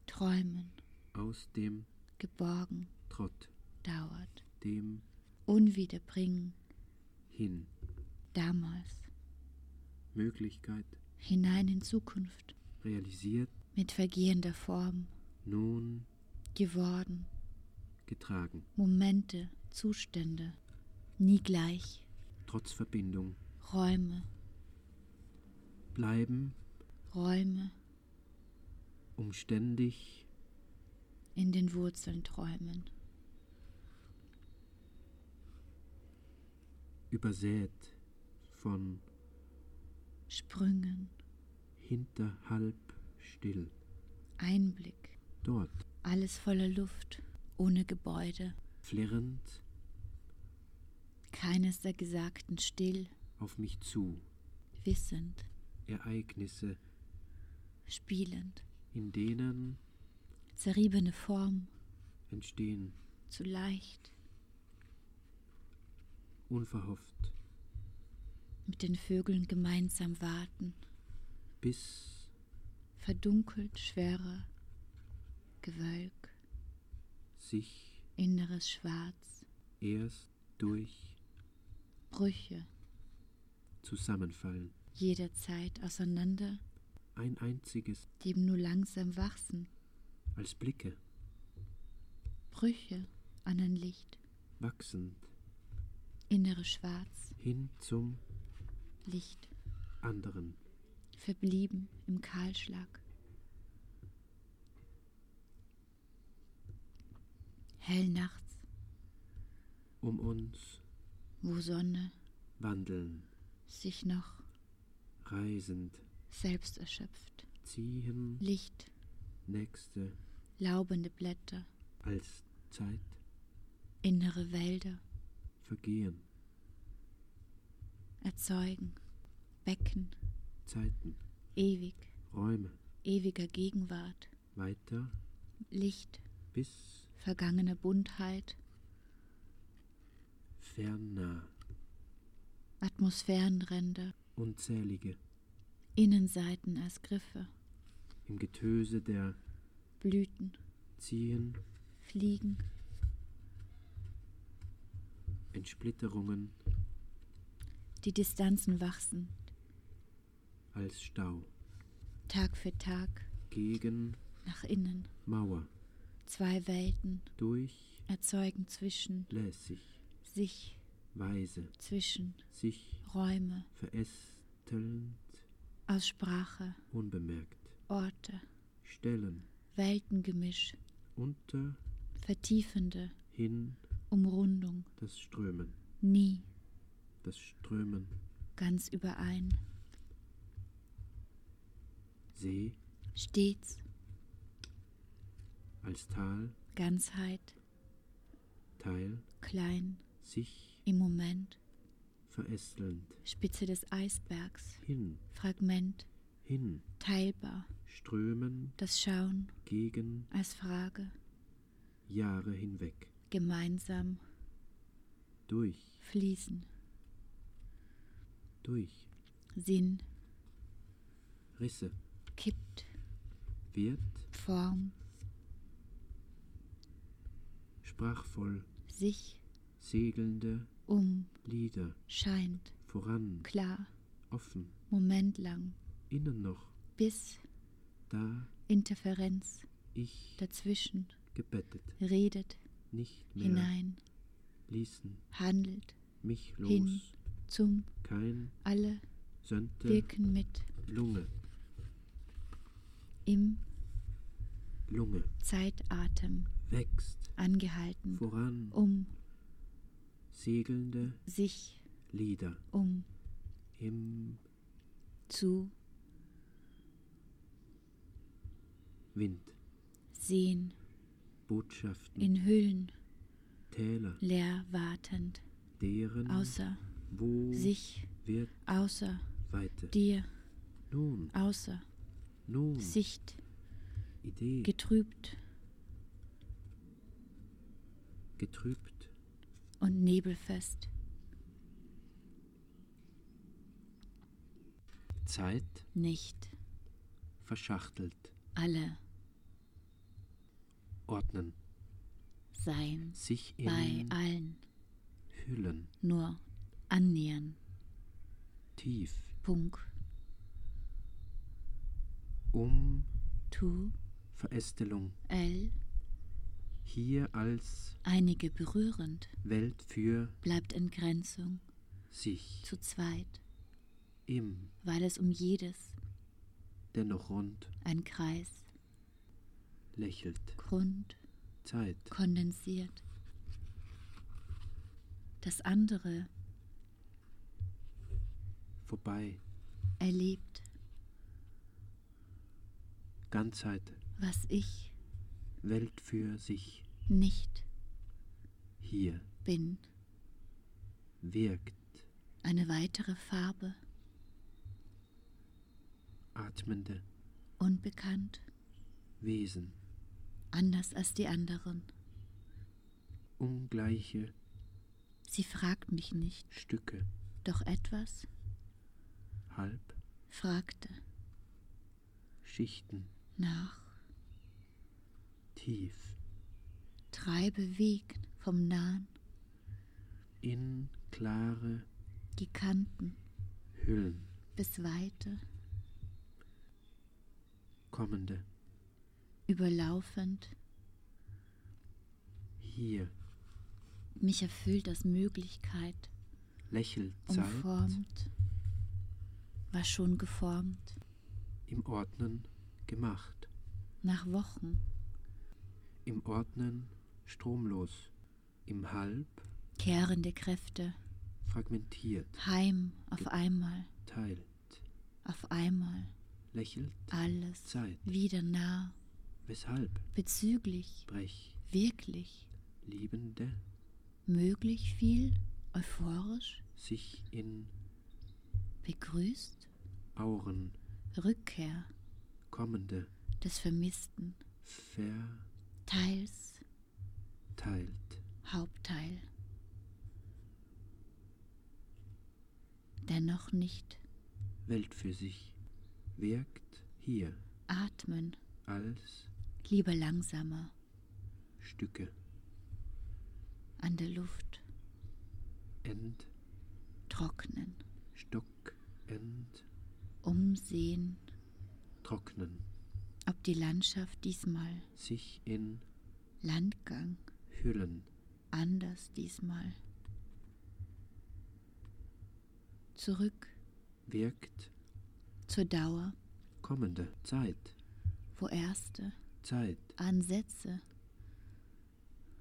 S1: träumen,
S2: aus dem
S1: geborgen,
S2: Trott,
S1: dauert,
S2: dem
S1: unwiederbringen,
S2: hin,
S1: damals,
S2: Möglichkeit,
S1: hinein in Zukunft,
S2: realisiert,
S1: mit vergehender Form,
S2: nun
S1: geworden,
S2: getragen,
S1: Momente, Zustände, nie gleich,
S2: trotz Verbindung,
S1: Räume,
S2: bleiben,
S1: Räume,
S2: umständig,
S1: in den Wurzeln träumen,
S2: übersät von
S1: Sprüngen,
S2: hinterhalb still,
S1: Einblick,
S2: dort,
S1: alles voller Luft, ohne Gebäude,
S2: flirrend
S1: keines der Gesagten still,
S2: auf mich zu,
S1: wissend,
S2: Ereignisse,
S1: spielend,
S2: in denen
S1: zerriebene Form,
S2: entstehen,
S1: zu leicht,
S2: unverhofft,
S1: mit den Vögeln gemeinsam warten,
S2: bis
S1: verdunkelt, schwerer, Gewölk,
S2: sich
S1: inneres Schwarz,
S2: erst durch
S1: Brüche,
S2: zusammenfallen,
S1: jederzeit auseinander,
S2: ein einziges
S1: dem nur langsam wachsen,
S2: als Blicke,
S1: Brüche an ein Licht,
S2: wachsend
S1: innere Schwarz,
S2: hin zum
S1: Licht,
S2: anderen,
S1: verblieben im Kahlschlag. Hell nachts,
S2: um uns
S1: wo Sonne
S2: wandeln,
S1: sich noch
S2: reisend,
S1: selbst erschöpft,
S2: ziehen
S1: Licht,
S2: nächste
S1: laubende Blätter,
S2: als Zeit
S1: innere Wälder
S2: vergehen,
S1: erzeugen, Becken,
S2: Zeiten,
S1: ewig,
S2: Räume
S1: ewiger Gegenwart,
S2: weiter
S1: Licht,
S2: bis
S4: vergangene Buntheit,
S2: fernnah,
S4: Atmosphärenränder,
S2: unzählige,
S4: Innenseiten als Griffe,
S2: im Getöse der
S4: Blüten,
S2: Ziehen,
S4: Fliegen,
S2: Entsplitterungen
S4: die Distanzen wachsen,
S2: als Stau,
S4: Tag für Tag,
S2: gegen
S4: nach innen,
S2: Mauer,
S4: zwei Welten
S2: durch,
S4: erzeugen zwischen
S2: lässig,
S4: sich,
S2: weise,
S4: zwischen
S2: sich
S4: Räume,
S2: verästelnd,
S4: aus Sprache,
S2: unbemerkt,
S4: Orte,
S2: stellen,
S4: Weltengemisch,
S2: unter,
S4: vertiefende
S2: hin,
S4: Umrundung,
S2: das Strömen,
S4: nie
S2: das Strömen,
S4: ganz überein,
S2: See,
S4: stets
S2: als Tal,
S4: Ganzheit,
S2: Teil,
S4: klein,
S2: sich
S4: im Moment,
S2: verästelnd,
S4: Spitze des Eisbergs,
S2: hin,
S4: Fragment,
S2: hin,
S4: teilbar,
S2: strömen,
S4: das Schauen
S2: gegen
S4: als Frage,
S2: Jahre hinweg,
S4: gemeinsam,
S2: durch,
S4: fließen,
S2: durch,
S4: Sinn,
S2: Risse,
S4: kippt,
S2: wird,
S4: Form,
S2: sprachvoll,
S4: sich,
S2: segelnde
S4: um,
S2: Lieder,
S4: scheint,
S2: voran,
S4: klar,
S2: offen,
S4: Moment lang,
S2: innen noch,
S4: bis,
S2: da,
S4: Interferenz,
S2: ich,
S4: dazwischen,
S2: gebettet,
S4: redet,
S2: nicht mehr,
S4: hinein,
S2: ließen,
S4: handelt,
S2: mich los,
S4: hin, zum,
S2: kein,
S4: alle,
S2: Sönte,
S4: wirken mit,
S2: Lunge,
S4: im
S2: Lunge,
S4: Zeitatem,
S2: wächst,
S4: angehalten,
S2: voran,
S1: Oh.
S4: um,
S2: segelnde
S4: sich,
S2: Lieder,
S4: um,
S2: im
S1: zu
S2: Wind,
S1: sehen,
S2: Botschaften,
S1: in Hüllen,
S2: Täler,
S1: leer wartend,
S2: deren,
S1: außer
S2: wo
S1: sich,
S2: wird
S1: außer
S2: Weite,
S1: dir,
S2: nun,
S1: außer
S2: nun,
S1: Sicht,
S2: Idee,
S1: getrübt
S2: getrübt,
S1: und nebelfest,
S2: Zeit,
S1: nicht
S2: verschachtelt,
S1: alle
S2: ordnen,
S1: sein,
S2: sich
S1: bei
S2: in
S1: allen
S2: Hüllen,
S1: nur annähern,
S2: tief,
S1: Punkt,
S2: um
S1: tu,
S2: Verästelung,
S1: L,
S2: hier als
S1: einige berührend,
S2: Welt für
S1: bleibt Entgrenzung
S2: sich,
S1: zu zweit,
S2: im,
S1: weil es um jedes
S2: dennoch rund,
S1: ein Kreis,
S2: lächelt,
S1: Grund,
S2: Zeit,
S1: kondensiert. Das andere
S2: vorbei,
S1: erlebt,
S2: Ganzheit,
S1: was ich
S2: Welt für sich,
S1: nicht
S2: hier,
S1: bin,
S2: wirkt,
S1: eine weitere Farbe,
S2: atmende
S1: unbekannt,
S2: Wesen,
S1: anders als die anderen.
S2: ungleiche
S1: Sie fragt mich nicht,
S2: Stücke,
S1: doch etwas
S2: halb,
S1: fragte
S2: Schichten,
S1: nach,
S2: tief,
S1: treibe Weg vom Nahen,
S2: in klare
S1: die Kanten
S2: Hüllen,
S1: bis Weite,
S2: kommende,
S1: überlaufend,
S2: hier,
S1: mich erfüllt das Möglichkeit,
S2: lächelt, Zeit,
S1: umformt, war schon geformt,
S2: im Ordnen, gemacht,
S1: nach Wochen,
S2: im Ordnen, stromlos, im Halb,
S1: kehrende Kräfte,
S2: fragmentiert,
S1: heim auf einmal,
S2: teilt,
S1: auf einmal,
S2: lächelt,
S1: alles
S2: Zeit,
S1: wieder nah,
S2: weshalb,
S1: bezüglich,
S2: brech,
S1: wirklich,
S2: liebende,
S1: möglich viel, euphorisch,
S2: sich in
S1: begrüßt,
S2: Auren,
S1: Rückkehr
S2: kommende,
S1: des Vermissten,
S2: verteilende,
S1: teils
S5: teilt,
S1: Hauptteil. Dennoch nicht
S5: Welt für sich, wirkt hier
S1: atmen,
S5: als
S1: lieber langsamer,
S5: Stücke,
S1: an der Luft, trocknen,
S5: Endstock, End,
S1: umsehen,
S5: trocknen,
S1: ob die Landschaft diesmal
S5: sich in
S1: Landgang
S5: Hüllen,
S1: anders diesmal. Zurück
S5: wirkt
S1: zur Dauer,
S5: kommende Zeit,
S1: wo erste
S5: Zeit,
S1: Ansätze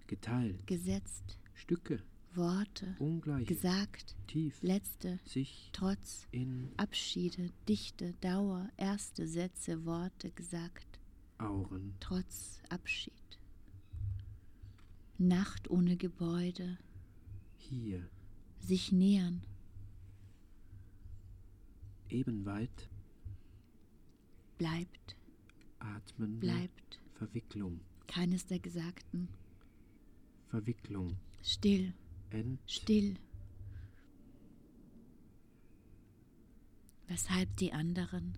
S5: geteilt,
S1: gesetzt,
S5: Stücke,
S1: Worte
S2: Oh
S5: ungleich,
S1: gesagt,
S5: tief,
S1: letzte,
S5: sich
S1: trotz,
S5: in
S1: Abschiede, Dichte, Dauer, erste Sätze, Worte gesagt,
S5: Auren,
S1: trotz Abschied. Nacht ohne Gebäude,
S5: hier,
S1: sich nähern,
S5: eben weit,
S1: bleibt,
S5: atmen,
S1: bleibt,
S5: Verwicklung,
S1: keines der Gesagten,
S5: Verwicklung,
S1: still,
S5: End,
S1: still. Weshalb die anderen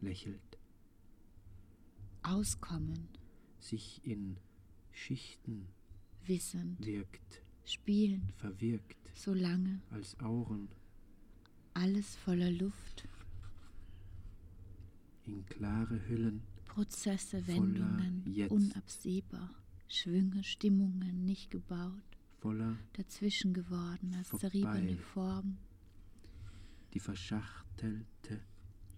S5: lächelt,
S1: auskommen,
S5: sich in Schichten
S1: wissen,
S5: wirkt,
S1: spielen,
S5: verwirkt,
S1: solange
S5: als Auren,
S1: alles voller Luft,
S5: in klare Hüllen,
S1: Prozesse,
S5: Voller
S1: Wendungen,
S5: Jetzt.
S1: unabsehbar, Schwünge, Stimmungen nicht gebaut,
S5: voller
S1: dazwischen geworden als zerriebene
S5: Vorbei.
S1: Form,
S5: die verschachtelte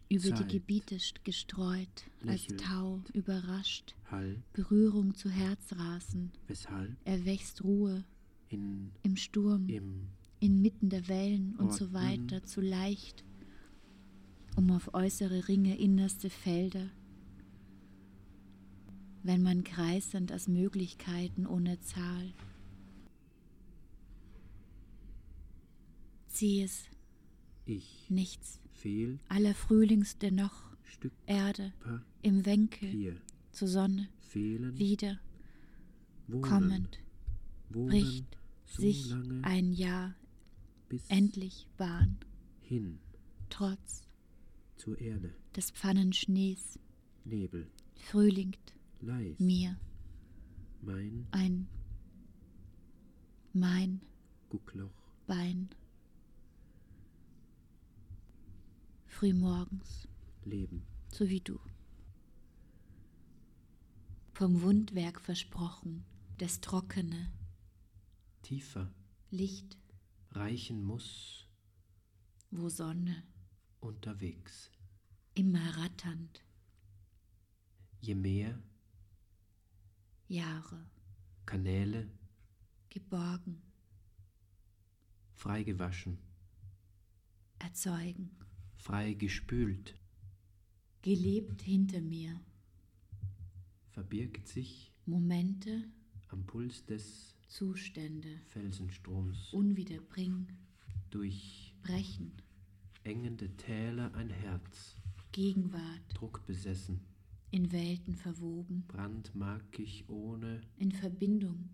S1: über
S5: Zeit.
S1: die Gebiete st- gestreut,
S5: Lächelt.
S1: als Tau, überrascht,
S5: Hall,
S1: Berührung zu Herzrasen,
S5: weshalb
S1: erwächst Ruhe
S5: in
S1: im Sturm,
S5: im
S1: inmitten der Wellen und so
S5: Ordnen.
S1: weiter, zu leicht, um auf äußere Ringe, innerste Felder, wenn man kreisend aus Möglichkeiten ohne Zahl. Zieh es,
S5: Ich
S1: nichts,
S5: fehl
S1: aller Frühlings dennoch,
S5: Stück
S1: Erde, im Wenkel,
S5: Papier
S1: zur Sonne,
S5: fehlen
S1: wieder,
S5: wohnen,
S1: kommend,
S5: wohnen
S1: bricht
S5: so
S1: sich
S5: lange
S1: ein Jahr,
S5: bis
S1: endlich Bahn,
S5: hin
S1: trotz
S5: zur Erde
S1: des Pfannenschnees,
S5: Nebel
S1: frühlingt
S5: leis
S1: mir
S5: mein
S1: ein mein
S5: Guckloch
S1: Bein. Frühmorgens,
S5: Leben
S1: so wie du. Vom Wundwerk versprochen, das trockene
S2: tiefer
S1: Licht,
S2: reichen muss
S1: wo Sonne,
S2: unterwegs.
S1: immer ratternd,
S2: Je mehr
S1: Jahre,
S2: Kanäle
S1: geborgen,
S2: freigewaschen,
S1: erzeugen,
S2: freigespült,
S1: gelebt hinter mir,
S2: verbirgt sich
S1: Momente,
S2: am Puls des
S1: Zustände,
S2: Felsenstroms
S1: unwiederbring,
S2: durch
S1: brechen,
S2: engende Täler ein Herz,
S1: Gegenwart,
S2: druckbesessen,
S1: in Welten verwoben,
S2: brandmarkig ohne,
S1: in Verbindung,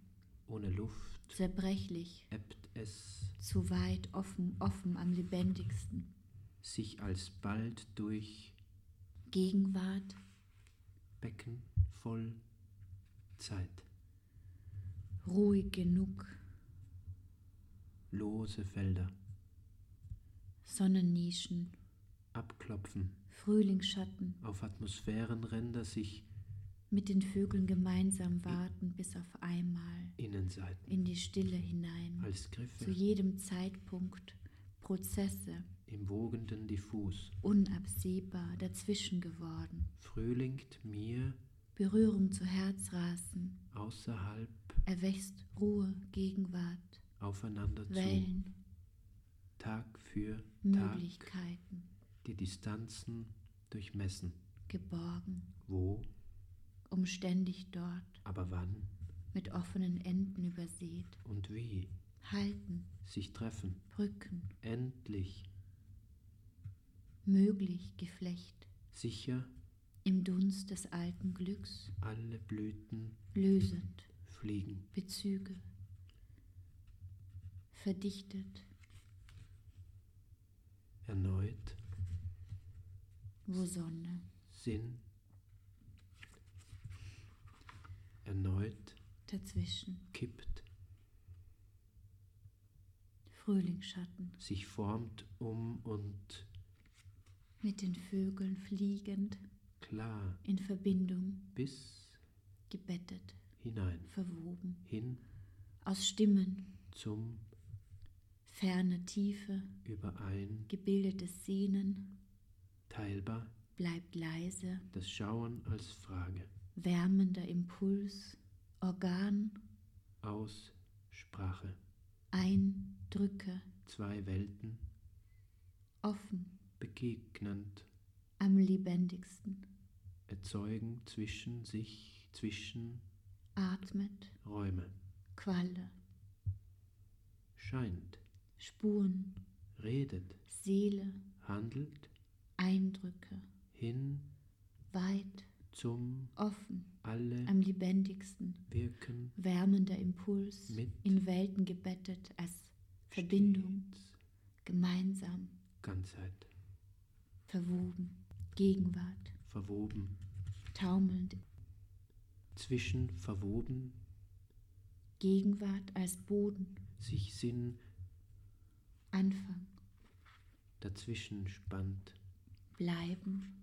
S2: ohne Luft,
S1: zerbrechlich,
S2: ebbt es
S1: zu weit offen, offen am lebendigsten,
S2: sich alsbald durch
S1: Gegenwart,
S2: Becken voll Zeit,
S1: ruhig genug,
S2: lose Felder,
S1: Sonnennischen,
S2: abklopfen,
S1: Frühlingsschatten,
S2: auf Atmosphärenränder sich
S1: mit den Vögeln gemeinsam warten bis auf einmal
S2: Innenseiten
S1: in die Stille hinein,
S2: als
S1: zu
S2: Griffe
S1: jedem Zeitpunkt, Prozesse,
S2: im wogenden Diffus,
S1: unabsehbar dazwischen geworden,
S2: frühlingt mir
S1: Berührung zu Herzrasen,
S2: außerhalb
S1: erwächst Ruhe, Gegenwart,
S2: aufeinander zu,
S1: Wellen,
S2: Tag für Tag
S1: Möglichkeiten,
S2: die Distanzen durchmessen,
S1: geborgen,
S2: wo,
S1: umständig dort,
S2: aber wann
S1: mit offenen Enden übersät,
S2: und wie
S1: halten,
S2: sich treffen,
S1: Brücken,
S2: endlich,
S1: möglich, Geflecht,
S2: sicher
S1: im Dunst des alten Glücks,
S2: alle Blüten
S1: lösend,
S6: Fliegen,
S1: Bezüge, verdichtet,
S2: erneut,
S1: wo Sonne,
S2: Sinn, erneut,
S1: dazwischen,
S2: kippt,
S1: Frühlingsschatten,
S2: sich formt um und
S1: mit den Vögeln fliegend,
S2: klar
S1: in Verbindung,
S2: bis
S1: gebettet,
S2: hinein,
S1: verwoben,
S2: hin
S1: aus Stimmen,
S2: zum
S1: ferne Tiefe,
S2: Überein,
S1: gebildetes Sehnen,
S2: teilbar,
S1: bleibt leise,
S2: das Schauen als Frage,
S1: wärmender Impuls, Organ,
S2: aus Sprache,
S1: Eindrücke,
S2: zwei Welten,
S1: offen,
S2: begegnend,
S1: am lebendigsten,
S2: erzeugen zwischen sich, zwischen
S1: atmet,
S2: Räume,
S1: Qualle,
S2: scheint,
S1: Spuren,
S2: redet,
S1: Seele,
S2: handelt,
S1: Eindrücke,
S2: hin
S1: weit,
S2: zum
S1: offen,
S2: alle
S1: am lebendigsten,
S2: wirken
S1: wärmender Impuls,
S2: Mit-
S1: in Welten gebettet als Verbindung,
S2: stets,
S1: gemeinsam,
S2: Ganzheit,
S1: verwoben, Gegenwart,
S2: verwoben,
S1: taumelnd,
S2: zwischen verwoben,
S1: Gegenwart als Boden,
S2: sich Sinn
S1: Anfang,
S2: dazwischen spannt,
S1: bleiben,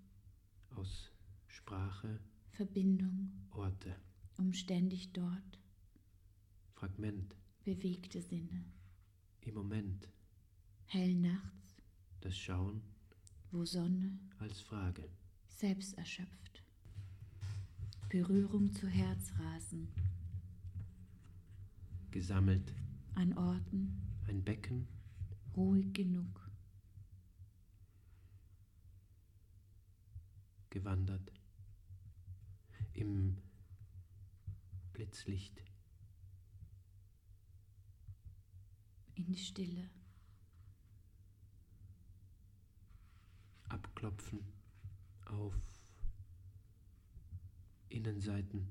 S2: aus Sprache,
S1: Verbindung,
S2: Orte,
S1: umständig um dort,
S2: Fragment,
S1: bewegte Sinne,
S2: im Moment,
S1: hell nachts,
S2: das Schauen
S1: wo Sonne,
S2: als Frage,
S1: selbst erschöpft. Berührung zu Herzrasen,
S2: gesammelt,
S1: an Orten,
S2: ein Becken,
S1: ruhig genug,
S2: gewandert, im Blitzlicht,
S1: in die Stille,
S2: abklopfen, auf Innenseiten,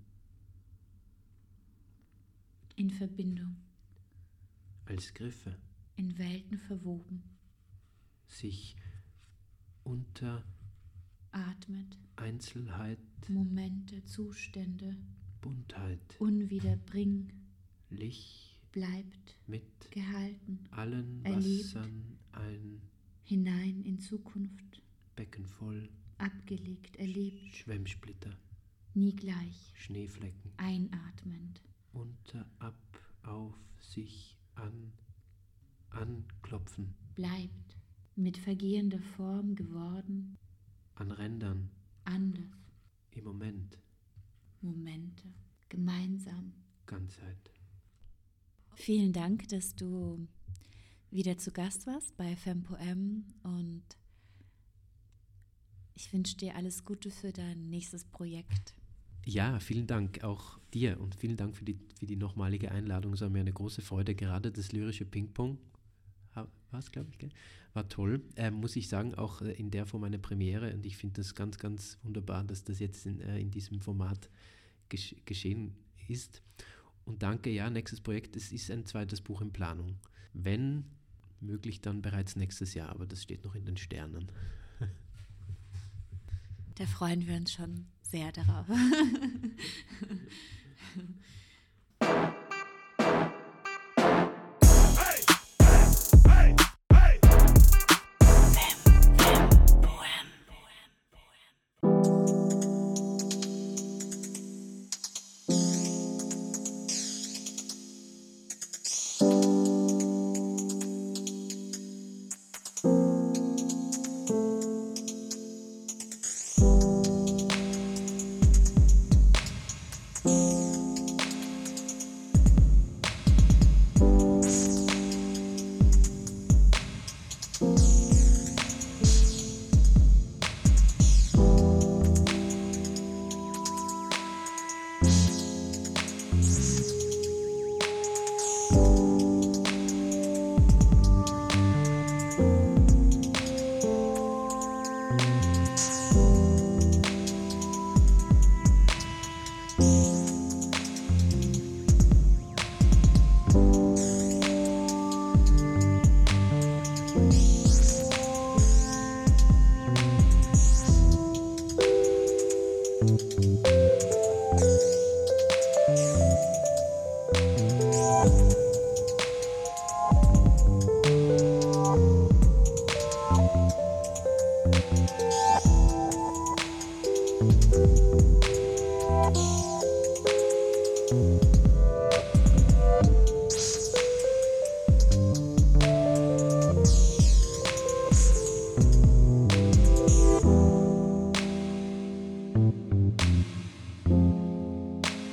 S1: in Verbindung,
S2: als Griffe,
S1: in Welten verwoben,
S2: sich unter
S1: atmet,
S2: Einzelheit,
S1: Momente, Zustände,
S2: Buntheit,
S1: unwiederbring,
S2: Licht
S1: bleibt,
S2: mit
S1: gehalten,
S2: allen
S1: Erlebt.
S2: Wassern ein
S1: hinein in Zukunft,
S2: Becken voll,
S1: abgelegt, erlebt,
S2: Schwemmsplitter,
S1: nie gleich,
S2: Schneeflecken,
S1: einatmend,
S2: unter, ab, auf, sich, an, anklopfen,
S1: bleibt, mit vergehender Form geworden,
S2: an Rändern,
S1: anders,
S2: im Moment,
S1: Momente, gemeinsam,
S2: Ganzheit.
S7: Vielen Dank, dass du wieder zu Gast warst bei FempoM und ich wünsche dir alles Gute für dein nächstes Projekt.
S2: Ja, vielen Dank auch dir und vielen Dank für die, für die nochmalige Einladung. Es war mir eine große Freude, gerade das lyrische Ping-Pong. War es, glaube ich, gell? War toll. Ähm, muss ich sagen, auch äh, in der Form eine Premiere und ich finde das ganz, ganz wunderbar, dass das jetzt in, äh, in diesem Format gesch geschehen ist. Und danke, ja, nächstes Projekt. Es ist ein zweites Buch in Planung. Wenn möglich, dann bereits nächstes Jahr, aber das steht noch in den Sternen.
S7: Da freuen wir uns schon sehr darauf.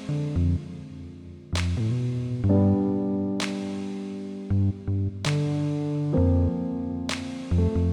S8: Thank